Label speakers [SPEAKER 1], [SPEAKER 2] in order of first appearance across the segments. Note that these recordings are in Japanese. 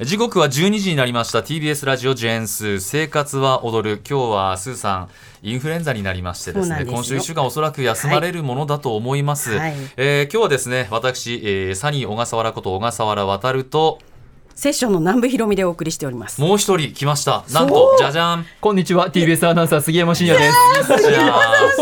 [SPEAKER 1] 時刻は12時になりました TBS ラジオジェンス生活は踊る今日はスーさんインフルエンザになりましてで
[SPEAKER 2] そ
[SPEAKER 1] す
[SPEAKER 2] うな
[SPEAKER 1] ね
[SPEAKER 2] んですよ
[SPEAKER 1] 今週1週間おそらく休まれるものだと思います、
[SPEAKER 2] はい
[SPEAKER 1] えー今日はですね私、えーサニー小笠原こと小笠原渡ると
[SPEAKER 2] セッションの南部ひろみでお送りしております。
[SPEAKER 1] もう一人来ましたなんと
[SPEAKER 2] そう
[SPEAKER 1] じゃじゃん
[SPEAKER 3] こんにちは、TBS アナウンサー杉山真也です。
[SPEAKER 1] じゃあス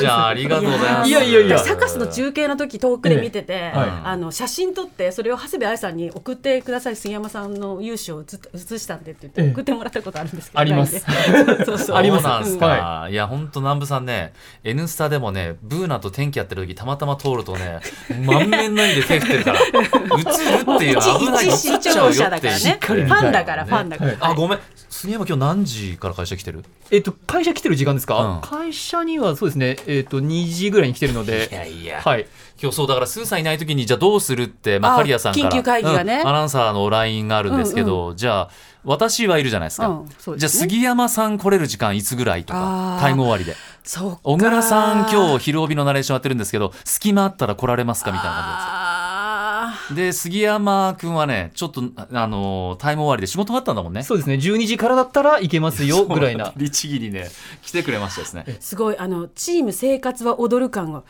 [SPEAKER 1] イちゃんありがとうございます
[SPEAKER 3] いやいやいや
[SPEAKER 4] 私サカスの中継の時遠くで見てて、
[SPEAKER 3] はい
[SPEAKER 4] あの写真撮ってそれを長谷部愛さんに送ってください杉山さんの勇姿を写っ写したんでって言っ
[SPEAKER 3] え
[SPEAKER 4] て
[SPEAKER 3] え
[SPEAKER 4] 送ってもらったことあるんですけど、
[SPEAKER 3] あります
[SPEAKER 4] ないんでそう そう
[SPEAKER 1] あ
[SPEAKER 3] あ
[SPEAKER 1] り
[SPEAKER 3] り
[SPEAKER 1] ま
[SPEAKER 3] ますす
[SPEAKER 1] なんですか、、
[SPEAKER 3] はい
[SPEAKER 1] や本当南部さんね「N スタ」でもねブーナと天気やってる時たまたま通るとね満面の笑みで手振ってる から映るっていう危ない映
[SPEAKER 4] 一
[SPEAKER 1] っ
[SPEAKER 4] 視
[SPEAKER 1] ちゃ
[SPEAKER 4] 聴
[SPEAKER 1] うよ
[SPEAKER 4] 者
[SPEAKER 1] っ
[SPEAKER 4] だ
[SPEAKER 1] て
[SPEAKER 4] か
[SPEAKER 1] い
[SPEAKER 4] ら
[SPEAKER 1] う
[SPEAKER 4] ねフ
[SPEAKER 3] り見たい
[SPEAKER 4] ァンだから、
[SPEAKER 1] ね
[SPEAKER 4] ファンだから、
[SPEAKER 1] あごめん杉山今日何時から会社来てる
[SPEAKER 3] えっと、会社来てる時間ですか、
[SPEAKER 1] うん
[SPEAKER 3] 会社にはそうですね、えっと、2時ぐらいに来てるの
[SPEAKER 1] い
[SPEAKER 3] で、
[SPEAKER 1] やいや、
[SPEAKER 3] はい。
[SPEAKER 1] 今日そうだからスーさんいない時にじゃあどうするって、まあ、
[SPEAKER 4] あ
[SPEAKER 1] 刈谷さんから
[SPEAKER 4] 緊急会議がね
[SPEAKER 1] うんアナウンサーの LINE があるんですけど、じゃあ私はいるじゃないですか、
[SPEAKER 4] うんそう
[SPEAKER 1] じゃ
[SPEAKER 4] で
[SPEAKER 1] あ
[SPEAKER 4] すね
[SPEAKER 1] 杉山さん来れる時間いつぐらいとか
[SPEAKER 4] あー
[SPEAKER 1] タイム終わりで
[SPEAKER 4] そうか
[SPEAKER 1] 小倉さん今日昼帯のナレーションやってるんですけど隙間あったら来られますかみたいな感
[SPEAKER 4] あ
[SPEAKER 1] じですで杉山君はねちょっとああのータイム終わりで仕事があったんだもんね
[SPEAKER 3] そうですね、12時からだったらいけますよ、ぐらいな。
[SPEAKER 1] 律儀にね来てくれましたですね
[SPEAKER 4] ーすごいあのチーム生活は踊る感が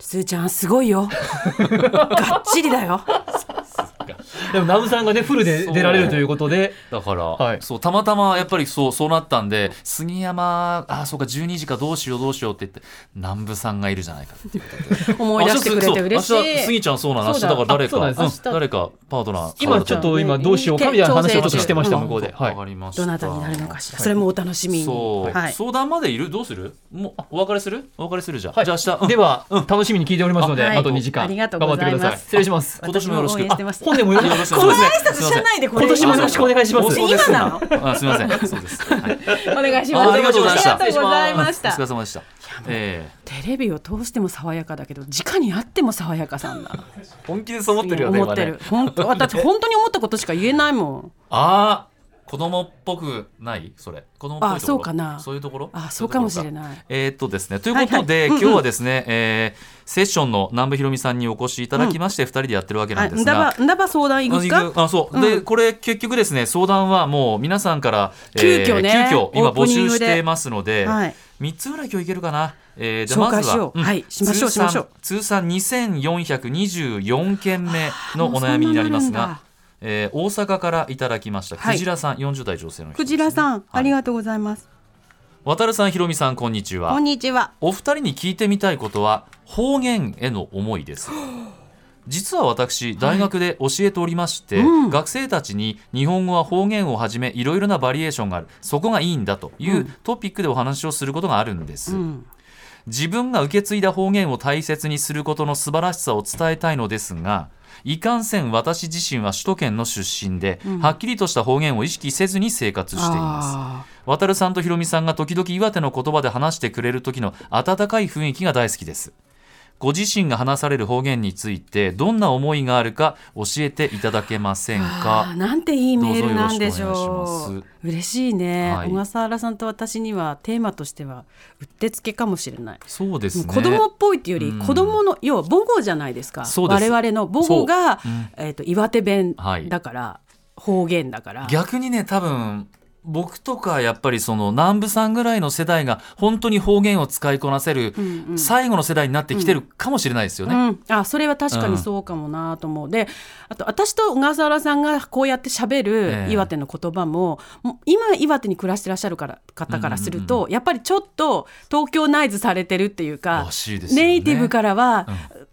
[SPEAKER 4] すーちゃんすご いよがっちりだよ
[SPEAKER 3] でも、ナムさんがね、フルで
[SPEAKER 1] そう
[SPEAKER 3] 出られるということで、
[SPEAKER 1] だから、
[SPEAKER 3] はい
[SPEAKER 1] そうたまたまやっぱりそうそうなったんで杉山あそうか12時かどうしようどうしようって言って南部さんがいるじゃないかっていう
[SPEAKER 4] 思い出してくれて嬉し
[SPEAKER 1] 明日そう明日
[SPEAKER 4] い
[SPEAKER 1] 杉ちゃんそうなの明日
[SPEAKER 4] そ
[SPEAKER 1] だ
[SPEAKER 4] うだ
[SPEAKER 1] から誰
[SPEAKER 3] あそうな
[SPEAKER 1] か
[SPEAKER 3] んです
[SPEAKER 1] うん誰かパートナー
[SPEAKER 3] 今ちょっと今どうしようかみたいな話をちょっとしてました、
[SPEAKER 4] うん
[SPEAKER 3] 向こうで。はい
[SPEAKER 1] わか。りました
[SPEAKER 4] どなたになるのかしらそれもお楽しみに
[SPEAKER 1] そう、
[SPEAKER 4] はい
[SPEAKER 1] 相談までいるどうするもうあお別れするお別れするじゃん、
[SPEAKER 3] はい
[SPEAKER 1] じゃあ明日、うん
[SPEAKER 3] では、楽しみに聞いておりますので、
[SPEAKER 4] あはい
[SPEAKER 3] あと2時間、
[SPEAKER 4] ありがと
[SPEAKER 3] 頑
[SPEAKER 4] うご
[SPEAKER 3] 張って
[SPEAKER 4] ざいます
[SPEAKER 3] ください。失礼します。
[SPEAKER 1] 今年もよろしく
[SPEAKER 4] 私応援してます
[SPEAKER 3] 本年もよろ し
[SPEAKER 1] よ
[SPEAKER 3] く。
[SPEAKER 1] ろしく
[SPEAKER 4] 挨拶知らないでこれ
[SPEAKER 3] 今年もよろしくお願いします。
[SPEAKER 1] そうです
[SPEAKER 4] 今なの
[SPEAKER 1] あすみませ んそうです、はい、
[SPEAKER 4] お願いします
[SPEAKER 1] あありがとうございました
[SPEAKER 4] ありがとうございまし
[SPEAKER 1] うんお
[SPEAKER 4] た
[SPEAKER 1] 疲れ様でしたええ
[SPEAKER 4] テレビを通しても爽やかだけど直にあっても爽やかさんだ
[SPEAKER 1] 本気でそう思ってるよね
[SPEAKER 4] 思って
[SPEAKER 1] 今
[SPEAKER 4] る
[SPEAKER 1] ね
[SPEAKER 4] 本当私本当に思ったことしか言えないもん
[SPEAKER 1] ああ子供っぽくないそれ子供っぽいところ
[SPEAKER 4] あそうかな
[SPEAKER 1] そういうところ
[SPEAKER 4] あそうかもしれ
[SPEAKER 1] い
[SPEAKER 4] ない
[SPEAKER 1] えーっとですねということで、
[SPEAKER 4] はいはいうんうん
[SPEAKER 1] 今日はですね、えーセッションの南部ひろみさんにお越しいただきまして、二人でやってるわけなん
[SPEAKER 4] あ
[SPEAKER 1] です
[SPEAKER 4] ん
[SPEAKER 1] が、
[SPEAKER 4] だばんだば相談行くか
[SPEAKER 1] あそう、
[SPEAKER 4] うん
[SPEAKER 1] でこれ結局ですね相談はもう皆さんから、
[SPEAKER 4] 急遽ね
[SPEAKER 1] 急遽今
[SPEAKER 4] オー
[SPEAKER 1] 募
[SPEAKER 4] プニン
[SPEAKER 1] 集
[SPEAKER 4] グ
[SPEAKER 1] し
[SPEAKER 4] で
[SPEAKER 1] てますので、
[SPEAKER 4] はい
[SPEAKER 1] 三3つぐらい今日いけるかな、えーじゃあま
[SPEAKER 4] 紹介
[SPEAKER 1] ず
[SPEAKER 4] し
[SPEAKER 1] は、
[SPEAKER 4] よう
[SPEAKER 1] うん
[SPEAKER 4] はいしましょうしましょう
[SPEAKER 1] 通算通算2424件目のお悩みになります
[SPEAKER 4] あーもうそんなのあるん
[SPEAKER 1] が
[SPEAKER 4] だ、
[SPEAKER 1] えー大阪からいただきました、
[SPEAKER 4] はい
[SPEAKER 1] クジラさん40代女性の人
[SPEAKER 2] クジラさん、あり
[SPEAKER 1] が
[SPEAKER 2] がとうございます。
[SPEAKER 1] 渡るさんひろみさんこんにちは
[SPEAKER 2] こんにちは。
[SPEAKER 1] お二人に聞いてみたいことは方言への思いです実は私大学で教えておりまして、
[SPEAKER 4] うん
[SPEAKER 1] 学生たちに日本語は方言をはじめいろいろなバリエーションがあるそこがいいんだというトピックでお話をすることがあるんです、
[SPEAKER 4] うん
[SPEAKER 1] 自分が受け継いだ方言を大切にすることの素晴らしさを伝えたいのですがいかんせん私自身は首都圏の出身で、はっきりとした方言を意識せずに生活しています
[SPEAKER 4] あ
[SPEAKER 1] 渡るさんとひろみさんが時々岩手の言葉で話してくれる時の温かい雰囲気が大好きですご自身が話される方言についてどんな思いがあるか教えていただけません
[SPEAKER 4] ーあ
[SPEAKER 1] か
[SPEAKER 4] ーなんていいメールなんでし
[SPEAKER 1] どうぞよろしくお
[SPEAKER 4] ょ
[SPEAKER 1] 願いし
[SPEAKER 4] う嬉しいね、
[SPEAKER 1] はい
[SPEAKER 4] 小笠原さんと私にはテーマとしてはうってつけかもしれない
[SPEAKER 1] そうですね
[SPEAKER 4] 子供っぽいっていうより、
[SPEAKER 1] うん
[SPEAKER 4] 子供の要は母語じゃないですか
[SPEAKER 1] そうです
[SPEAKER 4] 我々の母語が、
[SPEAKER 1] そううん
[SPEAKER 4] えー、と岩手弁
[SPEAKER 1] はい
[SPEAKER 4] だから、方言だから
[SPEAKER 1] 逆にね多分僕とかやっぱりその南部さんぐらいの世代が本当に方言を使いこなせる
[SPEAKER 4] んうん
[SPEAKER 1] 最後の世代になってきてるかもしれないですよね、
[SPEAKER 4] うん、あそれは確かにそうかもなと思う、であと私と小笠原さんがこうやってしゃべ
[SPEAKER 1] え
[SPEAKER 4] る
[SPEAKER 1] え
[SPEAKER 4] 岩手の言葉も,、もう今岩手に暮らしてらっしゃるから方からすると、やっぱりちょっと東京ナイズされてるっていうか、
[SPEAKER 1] らしいですよね
[SPEAKER 4] ネイティブからは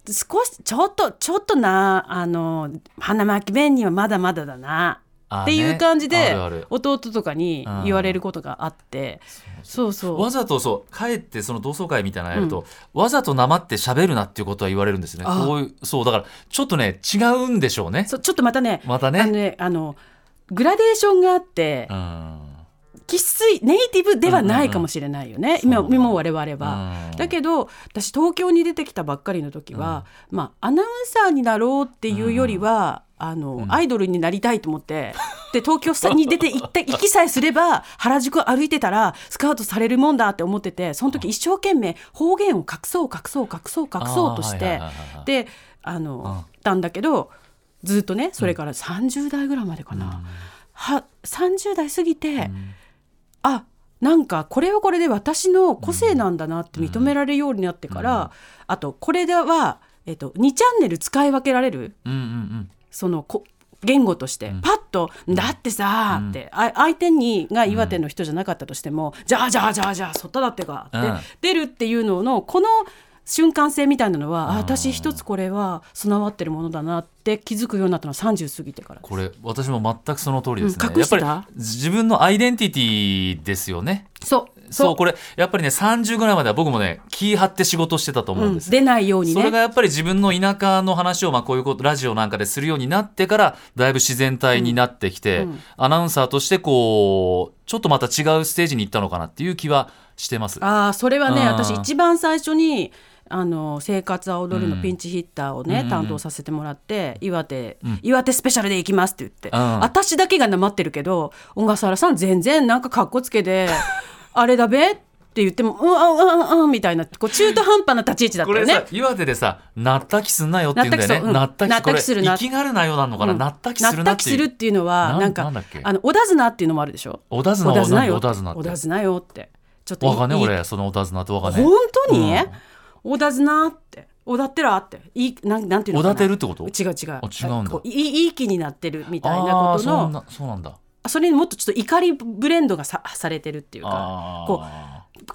[SPEAKER 1] うん
[SPEAKER 4] 少しちょっとちょっとなあの花巻弁にはまだまだだな
[SPEAKER 1] あーね
[SPEAKER 4] っていう感じで
[SPEAKER 1] あるある
[SPEAKER 4] 弟とかに言われることがあってそうそう
[SPEAKER 1] わざとそう帰ってその同窓会みたいなのやると、わざとなまって喋るなっていうことは言われるんですね
[SPEAKER 4] あ
[SPEAKER 1] こういうそうだからちょっとね違うんでしょうね
[SPEAKER 4] そうちょっとまたね
[SPEAKER 1] また
[SPEAKER 4] あの
[SPEAKER 1] ね
[SPEAKER 4] ねあのグラデーションがあって
[SPEAKER 1] うん
[SPEAKER 4] 生粋ネイティブではないかもしれないよね
[SPEAKER 1] うんうん
[SPEAKER 4] 今今我々は。
[SPEAKER 1] うん
[SPEAKER 4] だけど私東京に出てきたばっかりの時は、まあ、アナウンサーになろうっていうよりは、あの
[SPEAKER 1] ん
[SPEAKER 4] アイドルになりたいと思ってで東京さに出て行って行きさえすれば原宿歩いてたらスカウトされるもんだって思っててその時一生懸命方言を隠そう隠そう隠そう隠そうと
[SPEAKER 1] あー
[SPEAKER 4] し
[SPEAKER 1] はい
[SPEAKER 4] て
[SPEAKER 1] はいはいはい
[SPEAKER 4] であ
[SPEAKER 1] うん
[SPEAKER 4] のたんだけどずっとねそれから30代ぐらいまでかな、は30代過ぎて、あなんかこれはこれで私の個性なんだなって認められるようになってから、あとこれでは、えっと、2チャンネル使い分けられる
[SPEAKER 1] うんうん
[SPEAKER 4] そのこ言語としてパッと「だってさ」ってあ相手にが岩手の人じゃなかったとしても「じゃあじゃあじゃあじゃあそっただってか」
[SPEAKER 1] うん
[SPEAKER 4] って出るっていうののこの瞬間性みたいなのはあ私一つこれは備わってるものだなって気づくようになったのは30過ぎてから。
[SPEAKER 1] これ私も全くその通りですね、
[SPEAKER 4] うん隠してた
[SPEAKER 1] やっぱり自分のアイデンティティですよね
[SPEAKER 4] そう
[SPEAKER 1] そうこれやっぱりね30ぐらいまでは僕もね気張って仕事してたと思うん
[SPEAKER 4] うん
[SPEAKER 1] です、
[SPEAKER 4] 出ないように
[SPEAKER 1] それが
[SPEAKER 4] ね。
[SPEAKER 1] やっぱり自分の田舎の話をまあこういうことラジオなんかでするようになってからだいぶ自然体になってきて、
[SPEAKER 4] うんうん
[SPEAKER 1] アナウンサーとしてこうちょっとまた違うステージに行ったのかなっていう気はしてます。
[SPEAKER 4] ああそれはね
[SPEAKER 1] うん
[SPEAKER 4] 私一番最初にあの生活は踊る
[SPEAKER 1] うん
[SPEAKER 4] のピンチヒッターを
[SPEAKER 1] う
[SPEAKER 4] ね
[SPEAKER 1] ん
[SPEAKER 4] 担当させてもらって岩手
[SPEAKER 1] ん
[SPEAKER 4] 岩手スペシャルで行きますって言って
[SPEAKER 1] うん
[SPEAKER 4] 私だけがなまってるけど小笠原さん全然なんかかっこつ けであれだべって言ってもうんうんうんうんみたいなこう中途半端な立ち位置だった
[SPEAKER 1] こ
[SPEAKER 4] よ
[SPEAKER 1] れさ
[SPEAKER 4] ね。
[SPEAKER 1] 岩手でさ「なったきすんなよ」って言うんだよね「な
[SPEAKER 4] な
[SPEAKER 1] っ
[SPEAKER 4] ったた
[SPEAKER 1] き,、
[SPEAKER 4] きそうう
[SPEAKER 1] これ
[SPEAKER 4] んなったきするな
[SPEAKER 1] 生きがるなようなのかな、
[SPEAKER 4] うん
[SPEAKER 1] なったきするな
[SPEAKER 4] な
[SPEAKER 1] っ
[SPEAKER 4] って
[SPEAKER 1] い
[SPEAKER 4] たき
[SPEAKER 1] う
[SPEAKER 4] するっていうのは
[SPEAKER 1] なん
[SPEAKER 4] なんか
[SPEAKER 1] なんだっけ
[SPEAKER 4] あの小田綱っていうのもあるでしょ。
[SPEAKER 1] おだずな
[SPEAKER 4] 小田綱よ
[SPEAKER 1] おだずなって
[SPEAKER 4] 小田綱よってちょっとい
[SPEAKER 1] わかんね
[SPEAKER 4] いい
[SPEAKER 1] 俺そのおだずなとわかんね
[SPEAKER 4] 本当に
[SPEAKER 1] うん
[SPEAKER 4] おだずなっておだってらっていいなんなんていう
[SPEAKER 1] お
[SPEAKER 4] のかな
[SPEAKER 1] だてるってこと
[SPEAKER 4] 違う違う
[SPEAKER 1] 違うんだ
[SPEAKER 4] こいいいい気になってるみたいな
[SPEAKER 1] あ
[SPEAKER 4] こ
[SPEAKER 1] あ
[SPEAKER 4] と
[SPEAKER 1] そん
[SPEAKER 4] の
[SPEAKER 1] なそうなんだ
[SPEAKER 4] それにもっとちょっと怒りブレンドがさされてるっていうか
[SPEAKER 1] あー
[SPEAKER 4] こ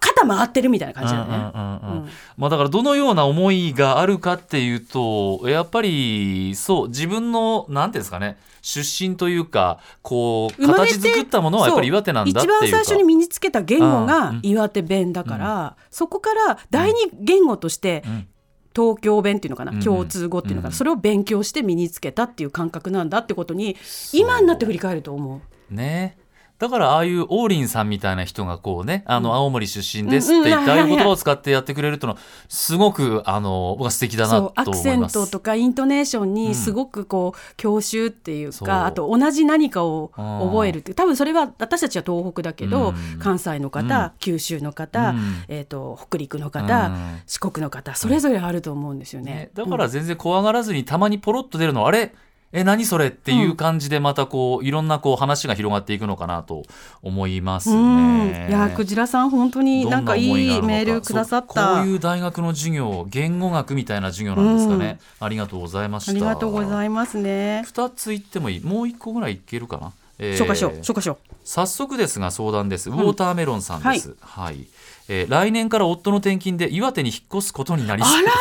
[SPEAKER 4] 肩回ってるみたいな感じだ
[SPEAKER 1] うん
[SPEAKER 4] ね。
[SPEAKER 1] うんうんうん
[SPEAKER 4] うん
[SPEAKER 1] まあだからどのような思いがあるかっていうとやっぱりそう自分のなんていうんですかね出身というかこう
[SPEAKER 4] 生まれて
[SPEAKER 1] 形作ったものはやっぱり岩手なんだってい
[SPEAKER 4] 一
[SPEAKER 1] うか
[SPEAKER 4] 番最初に身につけた言語
[SPEAKER 1] うん
[SPEAKER 4] が岩手弁だから、そこから第二言語として
[SPEAKER 1] うん
[SPEAKER 4] 東京弁っていうのかな、
[SPEAKER 1] うん
[SPEAKER 4] 共通語っていうのかな、
[SPEAKER 1] うん
[SPEAKER 4] それを勉強して身につけたっていう感覚なんだってことに今になって振り返ると思う。
[SPEAKER 1] ねだからああいう王林さんみたいな人がこうねあの青森出身です
[SPEAKER 4] うん
[SPEAKER 1] って言って
[SPEAKER 4] うん
[SPEAKER 1] あ
[SPEAKER 4] う
[SPEAKER 1] あ
[SPEAKER 4] ん
[SPEAKER 1] いう言葉を使ってやってくれるっていうのはすごくあの僕は素敵だな
[SPEAKER 4] そう
[SPEAKER 1] と
[SPEAKER 4] アク
[SPEAKER 1] 思
[SPEAKER 4] セ
[SPEAKER 1] い
[SPEAKER 4] ン
[SPEAKER 1] ます。
[SPEAKER 4] トとかイントネーション
[SPEAKER 1] うん
[SPEAKER 4] にすごくこう郷愁っていう
[SPEAKER 1] そう
[SPEAKER 4] か、あと同じ何かを
[SPEAKER 1] うん
[SPEAKER 4] 覚えるっていう多分それは私たちは東北だけど、
[SPEAKER 1] うん
[SPEAKER 4] 関西の方、九州の方、
[SPEAKER 1] うん
[SPEAKER 4] えー、と北陸の方、
[SPEAKER 1] うん
[SPEAKER 4] 四国の方それぞれあると思うんですよね。
[SPEAKER 1] ね、だから全然怖がらずにたまにポロッと出るの、あれえ何それっていう感じでまたこういろんなこう話が広がっていくのかなと思います
[SPEAKER 4] う
[SPEAKER 1] ね。
[SPEAKER 4] ん、いやクジラさん本当に
[SPEAKER 1] ど
[SPEAKER 4] なんかい
[SPEAKER 1] 思があ
[SPEAKER 4] い
[SPEAKER 1] るのか
[SPEAKER 4] メールくださっ
[SPEAKER 1] そう
[SPEAKER 4] た
[SPEAKER 1] こういう大学の授業言語学みたいな授業なんですかね、ありがとうございました
[SPEAKER 4] ありがとうございますね
[SPEAKER 1] 2つ言ってもいいもう1個ぐらいいけるかな、えー
[SPEAKER 4] 紹介しよう紹介しよ
[SPEAKER 1] 早速ですが相談ですウォーターメロンさんです、はいえー来年から夫の転勤で岩手に引っ越すことになりそうです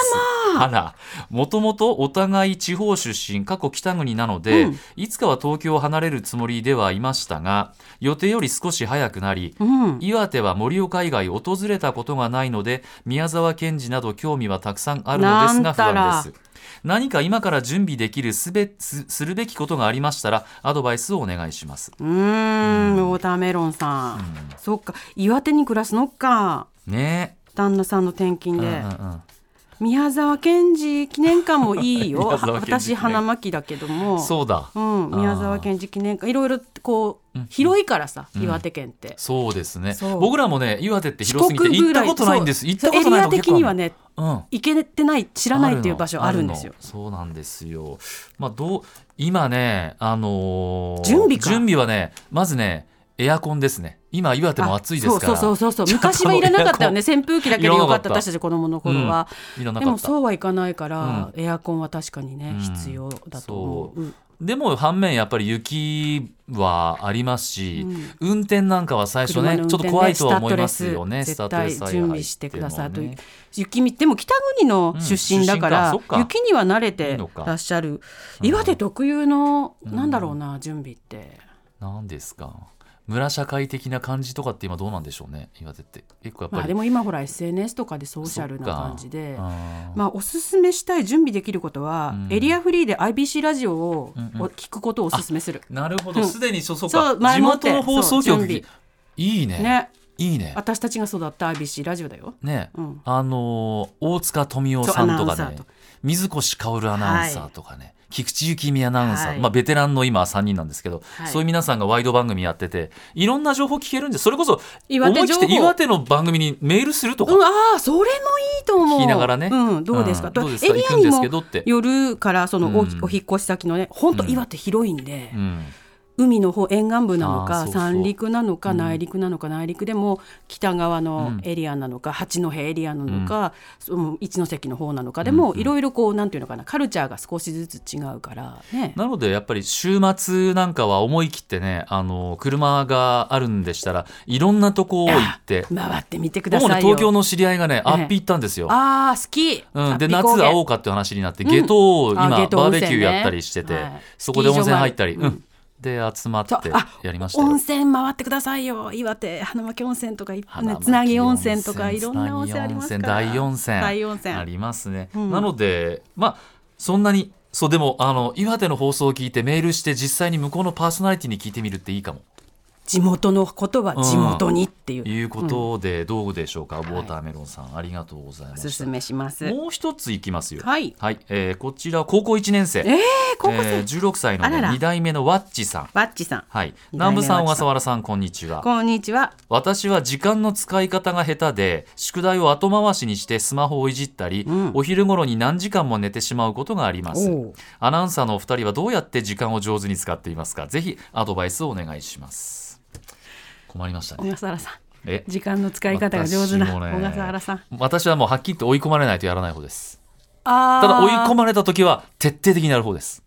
[SPEAKER 1] あらまあらもともとお互い地方出身過去北国なので、
[SPEAKER 4] うん
[SPEAKER 1] いつかは東京を離れるつもりではいましたが予定より少し早くなり
[SPEAKER 4] ううん
[SPEAKER 1] 岩手は盛岡以外訪れたことがないので宮沢賢治など興味はたくさんあるのです
[SPEAKER 4] な
[SPEAKER 1] が
[SPEAKER 4] ん
[SPEAKER 1] 不
[SPEAKER 4] たら
[SPEAKER 1] 安です何か今から準備できるすべすするべきことがありましたらアドバイスをお願いします
[SPEAKER 4] うーんウォーターメロンさん、そっか岩手に暮らすのか
[SPEAKER 1] ね
[SPEAKER 4] 旦那さんの転勤
[SPEAKER 1] え、
[SPEAKER 4] で、
[SPEAKER 1] うんうんうん
[SPEAKER 4] 宮沢賢治記念館もいい よ
[SPEAKER 1] 宮沢賢治記念館
[SPEAKER 4] 私花巻だけども
[SPEAKER 1] そうだ
[SPEAKER 4] うん、宮沢賢治記念館いろいろこう広いからさ、岩手県って、
[SPEAKER 1] そうですね
[SPEAKER 4] そう
[SPEAKER 1] 僕らもね岩手って
[SPEAKER 4] 四
[SPEAKER 1] 広すぎて
[SPEAKER 4] 国
[SPEAKER 1] 行っ
[SPEAKER 4] ぐら
[SPEAKER 1] た
[SPEAKER 4] い
[SPEAKER 1] ことないんです
[SPEAKER 4] そう
[SPEAKER 1] 行ったことない
[SPEAKER 4] エリ
[SPEAKER 1] の
[SPEAKER 4] ア的には
[SPEAKER 1] ね、
[SPEAKER 4] ね
[SPEAKER 1] うん、
[SPEAKER 4] 行けてない知らないっていう場所あるんですよ
[SPEAKER 1] あるのそうなんですよ。まあどう今ねあのー
[SPEAKER 4] 準備か
[SPEAKER 1] はねまずねエアコンですね。今岩手も暑いですから。
[SPEAKER 4] あそうそ うそうそう昔はいらなかったよね扇風機だけでよ
[SPEAKER 1] いら
[SPEAKER 4] か
[SPEAKER 1] な
[SPEAKER 4] っ
[SPEAKER 1] か
[SPEAKER 4] た
[SPEAKER 1] った
[SPEAKER 4] 私たち子供の頃は、
[SPEAKER 1] いらな
[SPEAKER 4] で
[SPEAKER 1] か
[SPEAKER 4] も
[SPEAKER 1] った。
[SPEAKER 4] そうはいかないから、エアコンは確かにね、
[SPEAKER 1] うん
[SPEAKER 4] 必要だと思
[SPEAKER 1] そ
[SPEAKER 4] う
[SPEAKER 1] う
[SPEAKER 4] うん
[SPEAKER 1] でも反面やっぱり雪はありますし、
[SPEAKER 4] うん
[SPEAKER 1] 運転なんかは最初
[SPEAKER 4] 車
[SPEAKER 1] ね
[SPEAKER 4] の運
[SPEAKER 1] ちょっ
[SPEAKER 4] 転
[SPEAKER 1] と
[SPEAKER 4] で
[SPEAKER 1] 怖いとは思いますよね。
[SPEAKER 4] スタッドレス
[SPEAKER 1] スタッド
[SPEAKER 4] 絶対
[SPEAKER 1] レス
[SPEAKER 4] 準備してくださいという雪見でも北国の出身だから、
[SPEAKER 1] うん出身かそっか
[SPEAKER 4] 雪には慣れ
[SPEAKER 1] いい
[SPEAKER 4] て
[SPEAKER 1] のから
[SPEAKER 4] っしゃる
[SPEAKER 1] うん
[SPEAKER 4] 岩手特有の、
[SPEAKER 1] ん
[SPEAKER 4] なんだろうな準備って
[SPEAKER 1] なんですか。村社会的な感じとかって今どうなんでしょうね岩手って結構やっぱり。
[SPEAKER 4] まあでも今ほら SNS とかでソーシャルな
[SPEAKER 1] そっか
[SPEAKER 4] 感じで。
[SPEAKER 1] あー
[SPEAKER 4] まあ、おすすめしたい準備できることは、
[SPEAKER 1] うん
[SPEAKER 4] エリアフリーで IBC ラジオを
[SPEAKER 1] うんうん
[SPEAKER 4] お聞くことをおすすめする、
[SPEAKER 1] なるほど、
[SPEAKER 4] うん
[SPEAKER 1] すでにそうそう
[SPEAKER 4] そ
[SPEAKER 1] か
[SPEAKER 4] う前
[SPEAKER 1] 地
[SPEAKER 4] もって
[SPEAKER 1] 元の放送
[SPEAKER 4] そう
[SPEAKER 1] 局
[SPEAKER 4] 準備
[SPEAKER 1] いいね
[SPEAKER 4] ね
[SPEAKER 1] いいね
[SPEAKER 4] 私たちが育った IBC ラジオだよ、
[SPEAKER 1] ね、
[SPEAKER 4] うん
[SPEAKER 1] あのー大塚富夫さんと
[SPEAKER 4] そうアナウン
[SPEAKER 1] か
[SPEAKER 4] サ
[SPEAKER 1] ね
[SPEAKER 4] ーと
[SPEAKER 1] 水越薫アナウンサーとかね、菊池幸美アナウンサー、
[SPEAKER 4] はい
[SPEAKER 1] まあ、ベテランの今3人なんですけど、
[SPEAKER 4] はい
[SPEAKER 1] そういう皆さんがワイド番組やってていろんな情報聞けるんでそれこそ
[SPEAKER 4] 岩手
[SPEAKER 1] 思い切っ
[SPEAKER 4] 情
[SPEAKER 1] て
[SPEAKER 4] 報
[SPEAKER 1] 岩手の番組にメールするとか、
[SPEAKER 4] うん、ああそれもいいと思う
[SPEAKER 1] 聞きながらね
[SPEAKER 4] うん、どうですか,、
[SPEAKER 1] うんどうです
[SPEAKER 4] エ
[SPEAKER 1] か
[SPEAKER 4] リ
[SPEAKER 1] 行
[SPEAKER 4] ア
[SPEAKER 1] くん
[SPEAKER 4] に
[SPEAKER 1] です
[SPEAKER 4] も
[SPEAKER 1] けどって。
[SPEAKER 4] 夜からそのお,、
[SPEAKER 1] うん
[SPEAKER 4] お引っ越し先のね本当岩手広いんで
[SPEAKER 1] う、ん
[SPEAKER 4] 海の方沿岸部なの
[SPEAKER 1] あー
[SPEAKER 4] か
[SPEAKER 1] そうそう
[SPEAKER 4] 三陸なの
[SPEAKER 1] う
[SPEAKER 4] か
[SPEAKER 1] ん
[SPEAKER 4] 内陸なのか、内陸でも北側の
[SPEAKER 1] うん
[SPEAKER 4] エリアなのか、八戸エリアなのか、その一関の方なのかでも、
[SPEAKER 1] うん
[SPEAKER 4] いろいろこうなんていうのかなカルチャーが少しずつ違うからね。
[SPEAKER 1] なのでやっぱり週末なんかは思い切ってねあの車があるんでしたらいろんなとこ行って
[SPEAKER 4] 回ってみてくだ
[SPEAKER 1] 主に
[SPEAKER 4] さいよ。
[SPEAKER 1] 東京の知り合いがね
[SPEAKER 4] ええ
[SPEAKER 1] アッピー行ったんですよ。
[SPEAKER 4] ああ好き。
[SPEAKER 1] うん、で
[SPEAKER 4] 竜
[SPEAKER 1] 夏
[SPEAKER 4] 飛高原
[SPEAKER 1] 会おうかって話になって下等を今、
[SPEAKER 4] あ
[SPEAKER 1] バ
[SPEAKER 4] 下等温
[SPEAKER 1] ーベ
[SPEAKER 4] 泉ね
[SPEAKER 1] キューやったりしてて、
[SPEAKER 4] はい
[SPEAKER 1] そこで温泉入ったり、
[SPEAKER 4] ス
[SPEAKER 1] う
[SPEAKER 4] キー場もある
[SPEAKER 1] ん、で集まって
[SPEAKER 4] そうあ
[SPEAKER 1] やりましたよ
[SPEAKER 4] 温泉回ってくださいよ岩手花巻温泉とかいっぱいね
[SPEAKER 1] 花巻
[SPEAKER 4] つなぎ温泉とかい
[SPEAKER 1] つ
[SPEAKER 4] ろん
[SPEAKER 1] なぎ
[SPEAKER 4] な温泉ありますから
[SPEAKER 1] 大温泉
[SPEAKER 4] 大温泉
[SPEAKER 1] ありますね、
[SPEAKER 4] うん
[SPEAKER 1] なのでまあそんなにそうでもあの岩手の放送を聞いてメールして実際に向こうのパーソナリティに聞いてみるっていいかも
[SPEAKER 4] 地元のことは地元にっていう、
[SPEAKER 1] いうことでどうでしょうか、ウォーター
[SPEAKER 4] は
[SPEAKER 1] メロンさんありがとうございま
[SPEAKER 4] お
[SPEAKER 1] し
[SPEAKER 4] す
[SPEAKER 1] た
[SPEAKER 4] すめします
[SPEAKER 1] もう一ついきますよ
[SPEAKER 4] はい
[SPEAKER 1] えーこちら高校1年生、
[SPEAKER 4] えー、高校生、
[SPEAKER 1] えー16歳の、
[SPEAKER 4] あら
[SPEAKER 1] ね、
[SPEAKER 4] ら
[SPEAKER 1] 2代目のワッチさん
[SPEAKER 4] バッチさん
[SPEAKER 1] はい、
[SPEAKER 4] 二代
[SPEAKER 1] 南
[SPEAKER 4] 目
[SPEAKER 1] 部さん、
[SPEAKER 4] 和
[SPEAKER 1] 小
[SPEAKER 4] 知
[SPEAKER 1] 笠
[SPEAKER 4] さん
[SPEAKER 1] 原さん、こんにちは。
[SPEAKER 4] こんにちは
[SPEAKER 1] 私は時間の使い方が下手で、宿題を後回しにしてスマホをいじったり、
[SPEAKER 4] ん
[SPEAKER 1] お昼頃に何時間も寝てしまうことがあります。
[SPEAKER 4] おう
[SPEAKER 1] アナウンサーのお二人はどうやって時間を上手に使っていますかぜひアドバイスをお願いします。困りました
[SPEAKER 4] 小
[SPEAKER 1] ね。
[SPEAKER 4] 笠原さん
[SPEAKER 1] え
[SPEAKER 4] 時間の使い方が上手な
[SPEAKER 1] 私
[SPEAKER 4] 小
[SPEAKER 1] もね
[SPEAKER 4] 笠原さん
[SPEAKER 1] 私はもうはっきり言って追い込まれないとやらない方です。
[SPEAKER 4] あ
[SPEAKER 1] ただ追い込
[SPEAKER 4] ま
[SPEAKER 1] まれた時は徹底的にやる方です。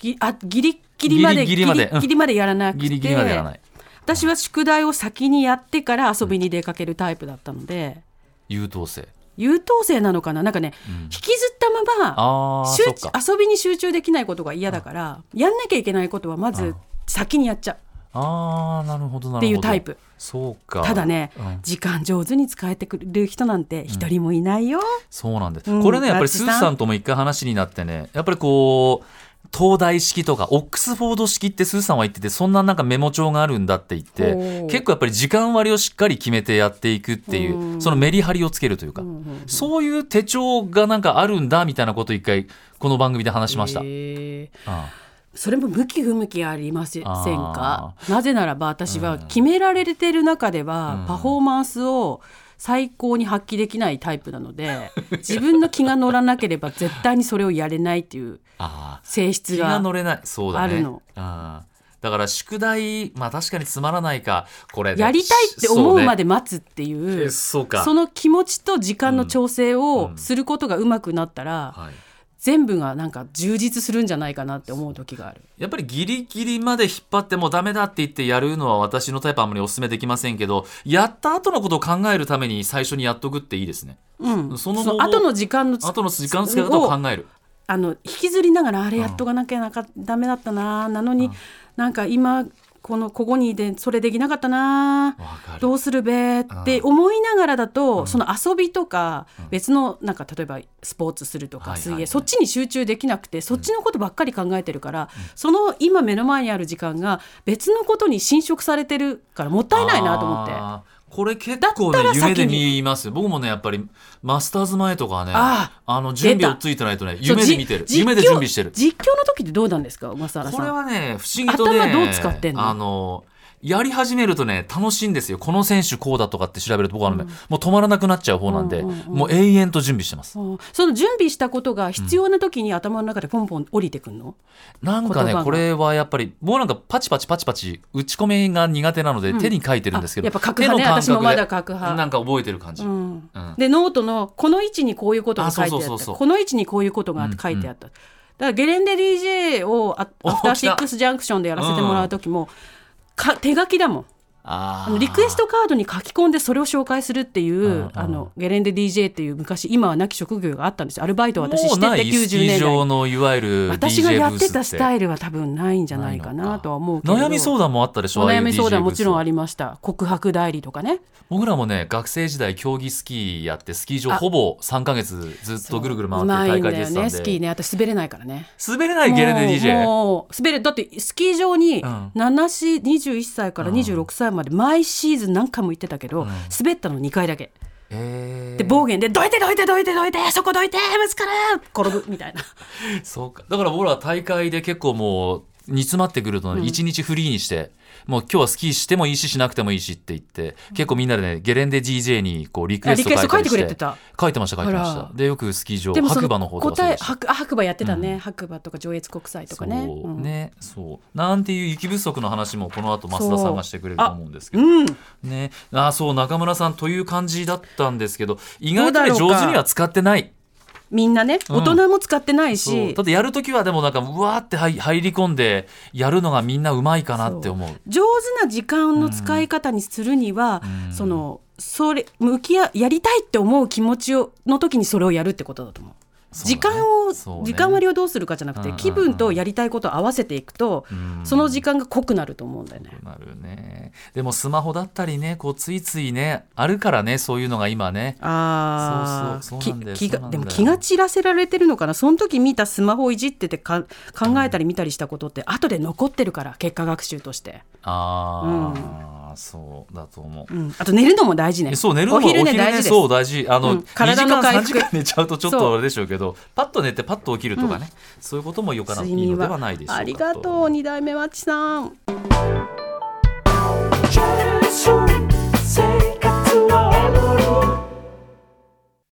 [SPEAKER 4] ぎあギリギリまで
[SPEAKER 1] ギリギリまでうん
[SPEAKER 4] ギリまでやらなくて
[SPEAKER 1] ギリギリまでやらない。
[SPEAKER 4] 私は宿題を先にやってから遊びに出かけるタイプだったので、
[SPEAKER 1] 優等生。
[SPEAKER 4] 優等生なのかななんかね、
[SPEAKER 1] ん
[SPEAKER 4] 引きずったまま
[SPEAKER 1] ああ、
[SPEAKER 4] 集
[SPEAKER 1] そっ
[SPEAKER 4] 中
[SPEAKER 1] か。
[SPEAKER 4] 遊びに集中できないことが嫌だからやんなきゃいけないことはまず先にやっちゃう
[SPEAKER 1] ああ、なるほどなるほど。
[SPEAKER 4] っていうタイプ。
[SPEAKER 1] そうか。
[SPEAKER 4] ただね、
[SPEAKER 1] うん
[SPEAKER 4] 時間上手に使えてくれる人なんて一人もいないよ、
[SPEAKER 1] そうなんです、
[SPEAKER 4] うん
[SPEAKER 1] これねやっぱり
[SPEAKER 4] ラッチ
[SPEAKER 1] ス
[SPEAKER 4] さ
[SPEAKER 1] ー
[SPEAKER 4] ん
[SPEAKER 1] さんとも一回話になってねやっぱりこう東大式とかオックスフォード式ってスーさんは言っててそんななんかメモ帳があるんだって言
[SPEAKER 4] ほ
[SPEAKER 1] って
[SPEAKER 4] う
[SPEAKER 1] 結構やっぱり時間割をしっかり決めてやっていくっていう、
[SPEAKER 4] うん
[SPEAKER 1] そのメリハリをつけるというか、
[SPEAKER 4] うんうん
[SPEAKER 1] そういう手帳がなんかあるんだみたいなことを一回この番組で話しました。
[SPEAKER 4] へー
[SPEAKER 1] あ
[SPEAKER 4] それも向き不向きありません
[SPEAKER 1] あ
[SPEAKER 4] かなぜならば私は決められてる中で
[SPEAKER 1] う
[SPEAKER 4] は
[SPEAKER 1] ん
[SPEAKER 4] パフォーマンスを最高に発揮できないタイプなので自分の気が乗らなければ絶対にそれをやれないっていう
[SPEAKER 1] あ
[SPEAKER 4] 性質
[SPEAKER 1] 気が
[SPEAKER 4] が
[SPEAKER 1] 乗れないそうだね
[SPEAKER 4] あるの
[SPEAKER 1] あーだから宿題まあ確かにつまらないかこれね、
[SPEAKER 4] やりたいって思うま
[SPEAKER 1] で
[SPEAKER 4] で待つっていう
[SPEAKER 1] えそうか
[SPEAKER 4] その気持ちと時間の調整
[SPEAKER 1] う
[SPEAKER 4] を
[SPEAKER 1] ん
[SPEAKER 4] することがうまくなったら、
[SPEAKER 1] はい
[SPEAKER 4] 全部がなんか充実するんじゃないかなって思う時がある。
[SPEAKER 1] やっぱりギリギリまで引っ張ってもうダメだって言ってやるのは私のタイプはあんまりお勧めできませんけどやった後のことを考えるために最初にやっとくっていいですね
[SPEAKER 4] うん、
[SPEAKER 1] その
[SPEAKER 4] そ
[SPEAKER 1] 後
[SPEAKER 4] の後の時間のつ
[SPEAKER 1] 後の時間の使い方を考える
[SPEAKER 4] あの引きずりながらあれやっとかなきゃなか、ダメだったななのに、なんか今このここにいてそれできなかったな
[SPEAKER 1] わかる
[SPEAKER 4] どうするべって思いながらだと、その遊びとか、別のなんか例えばスポーツすると
[SPEAKER 1] はい
[SPEAKER 4] か
[SPEAKER 1] はい
[SPEAKER 4] 水泳、
[SPEAKER 1] はい
[SPEAKER 4] そっちに集中できなくてそっちのことばっかり考えてるから、その今目の前にある時間が別のことに侵食されてるからもったいないなと思って。あ
[SPEAKER 1] あーこれ結構
[SPEAKER 4] だった
[SPEAKER 1] ね
[SPEAKER 4] ら先に
[SPEAKER 1] 夢で見ます僕もねやっぱりマスターズ前とかはね
[SPEAKER 4] あ
[SPEAKER 1] あの準備をついてないとね夢で見てる
[SPEAKER 4] そうじ
[SPEAKER 1] 夢で
[SPEAKER 4] 実況
[SPEAKER 1] 準備してる
[SPEAKER 4] 実況の時ってどうなんですか小笠原さん
[SPEAKER 1] これはね不思議とね
[SPEAKER 4] 頭どう使ってんの
[SPEAKER 1] あのやり始めるとね楽しいんですよこの選手こうだとかって調べると僕はね、もう止まらなくなっちゃう方なんで、
[SPEAKER 4] うんうんうん
[SPEAKER 1] もう永遠と準備してます
[SPEAKER 4] うんその準備したことが必要な時に頭の中でポンポン降りてくんの、
[SPEAKER 1] なんかね
[SPEAKER 4] 言葉が
[SPEAKER 1] これはやっぱりもうなんかパチパチパチパチ打ち込みが苦手なので、
[SPEAKER 4] ん
[SPEAKER 1] 手に書いてるんですけど
[SPEAKER 4] あやっぱ書く派ね
[SPEAKER 1] 手の感覚で
[SPEAKER 4] 私もまだ書く派
[SPEAKER 1] なんか覚えてる感じ、
[SPEAKER 4] うん
[SPEAKER 1] うん
[SPEAKER 4] でノートのこの位置にこういうことが書いてあ
[SPEAKER 1] あそ
[SPEAKER 4] っ
[SPEAKER 1] うそうそう
[SPEAKER 4] た
[SPEAKER 1] そう
[SPEAKER 4] この位置にこういうことが書いてあった、だからゲレンデ DJ をあ
[SPEAKER 1] お
[SPEAKER 4] アフター
[SPEAKER 1] 来
[SPEAKER 4] シ
[SPEAKER 1] た
[SPEAKER 4] ックスジャンクションでやらせてもらう時も、か手書きだもん
[SPEAKER 1] あ
[SPEAKER 4] あ
[SPEAKER 1] ー
[SPEAKER 4] のリクエストカードに書き込んでそれを紹介するっていう、
[SPEAKER 1] うんうん
[SPEAKER 4] あのゲレンデ DJ っていう昔今は亡き職業があったんですよアルバイトを私してて
[SPEAKER 1] もうないスキ
[SPEAKER 4] 90
[SPEAKER 1] ー
[SPEAKER 4] 年代
[SPEAKER 1] 場
[SPEAKER 4] に
[SPEAKER 1] のいわゆる DJ
[SPEAKER 4] 私がやってたスタ
[SPEAKER 1] イ
[SPEAKER 4] イルは多分ないんじゃないかなとは思うけれど
[SPEAKER 1] 悩み相談もあったでしょ
[SPEAKER 4] お悩み相談もちろんあ
[SPEAKER 1] り
[SPEAKER 4] りました告白代理とかね
[SPEAKER 1] 僕らもね学生時代競技スキーやってスキー場
[SPEAKER 4] あ
[SPEAKER 1] ほぼ3か月ずっとぐるぐる回って
[SPEAKER 4] うまい
[SPEAKER 1] 大
[SPEAKER 4] ん
[SPEAKER 1] 会
[SPEAKER 4] だ
[SPEAKER 1] 出
[SPEAKER 4] よ
[SPEAKER 1] てたんで
[SPEAKER 4] ねスキーね私滑れないからね
[SPEAKER 1] 滑れないゲレンデ DJ
[SPEAKER 4] もう滑るだってスキー場に
[SPEAKER 1] うん
[SPEAKER 4] 7し21歳から26歳まで毎シーズン何回も行ってたけど、
[SPEAKER 1] うん
[SPEAKER 4] 滑ったの2回だけ
[SPEAKER 1] えー
[SPEAKER 4] で暴言で「どいてどいてどいてどいてそこどいてぶつかる転ぶ」みたいな
[SPEAKER 1] そうかだから僕らは大会で結構もう煮詰まってくると一日フリーにして、もう今日はスキーしてもいいししなくてもいいしって言って結構みんなでねゲレンデ DJ にこうリクエスト書いたりして
[SPEAKER 4] あリクエスト書いてくれてた
[SPEAKER 1] 書いてました書いてまし
[SPEAKER 4] あ
[SPEAKER 1] た
[SPEAKER 4] ら
[SPEAKER 1] でよくスキー場
[SPEAKER 4] でもそ
[SPEAKER 1] 白
[SPEAKER 4] の
[SPEAKER 1] 馬の方とかそう
[SPEAKER 4] 答え
[SPEAKER 1] でした
[SPEAKER 4] 白あ白馬やってたね、白馬とか上越国際とかね
[SPEAKER 1] そう
[SPEAKER 4] うん
[SPEAKER 1] ねそうなんていう雪不足の話もこの後増田さんがしてくれると思うんですけど
[SPEAKER 4] うん
[SPEAKER 1] ねあそう中村さんという感じだったんですけど意外と
[SPEAKER 4] どうだ
[SPEAKER 1] ね
[SPEAKER 4] ろう
[SPEAKER 1] 上
[SPEAKER 4] か
[SPEAKER 1] 手には使ってない
[SPEAKER 4] みんなね
[SPEAKER 1] うん
[SPEAKER 4] 大人も使ってない
[SPEAKER 1] そう
[SPEAKER 4] し、
[SPEAKER 1] だってやるときはでもなんかうわーって入入り込んでやるのがみんなうまいかなって思う
[SPEAKER 4] 上手な時間の使い方にするには、
[SPEAKER 1] うん
[SPEAKER 4] そのそれ向き合やりたいって思う気持ちをの時にそれをやるってことだと思う。
[SPEAKER 1] そうだね
[SPEAKER 4] 時間を、
[SPEAKER 1] そうね
[SPEAKER 4] 時間割をどうするかじゃなく
[SPEAKER 1] うんうん
[SPEAKER 4] て
[SPEAKER 1] うん
[SPEAKER 4] 気分とやりたいことを合わせていくと、
[SPEAKER 1] うん
[SPEAKER 4] その時間が濃くなると思うんだよね。
[SPEAKER 1] なるねでもスマホだったりねこうついついねあるからねそういうのが今ね
[SPEAKER 4] ああ
[SPEAKER 1] そうそうそうなんだよ
[SPEAKER 4] 気
[SPEAKER 1] そうな
[SPEAKER 4] が
[SPEAKER 1] んだ
[SPEAKER 4] で
[SPEAKER 1] よ
[SPEAKER 4] も気が散らせられてるのかなその時見たスマホをいじっててか考えたり見たりしたことって後で残ってるから結果学習として、
[SPEAKER 1] ああ、そうだと思う
[SPEAKER 4] うん、あと寝るのも大事ね
[SPEAKER 1] そう寝るのも
[SPEAKER 4] お昼寝大事です
[SPEAKER 1] そう大事あの、
[SPEAKER 4] うん体の
[SPEAKER 1] 2時間3
[SPEAKER 4] 回
[SPEAKER 1] 時
[SPEAKER 4] 復
[SPEAKER 1] 間寝ちゃうとちょっ
[SPEAKER 4] そう
[SPEAKER 1] とあれでしょうけどパッと寝てパッと起きるとかね、そういうこともよかないい
[SPEAKER 4] 睡
[SPEAKER 1] の
[SPEAKER 4] 眠
[SPEAKER 1] で
[SPEAKER 4] は
[SPEAKER 1] はないでしょうか
[SPEAKER 4] ありがとう二代目わっちさん
[SPEAKER 5] チャンネル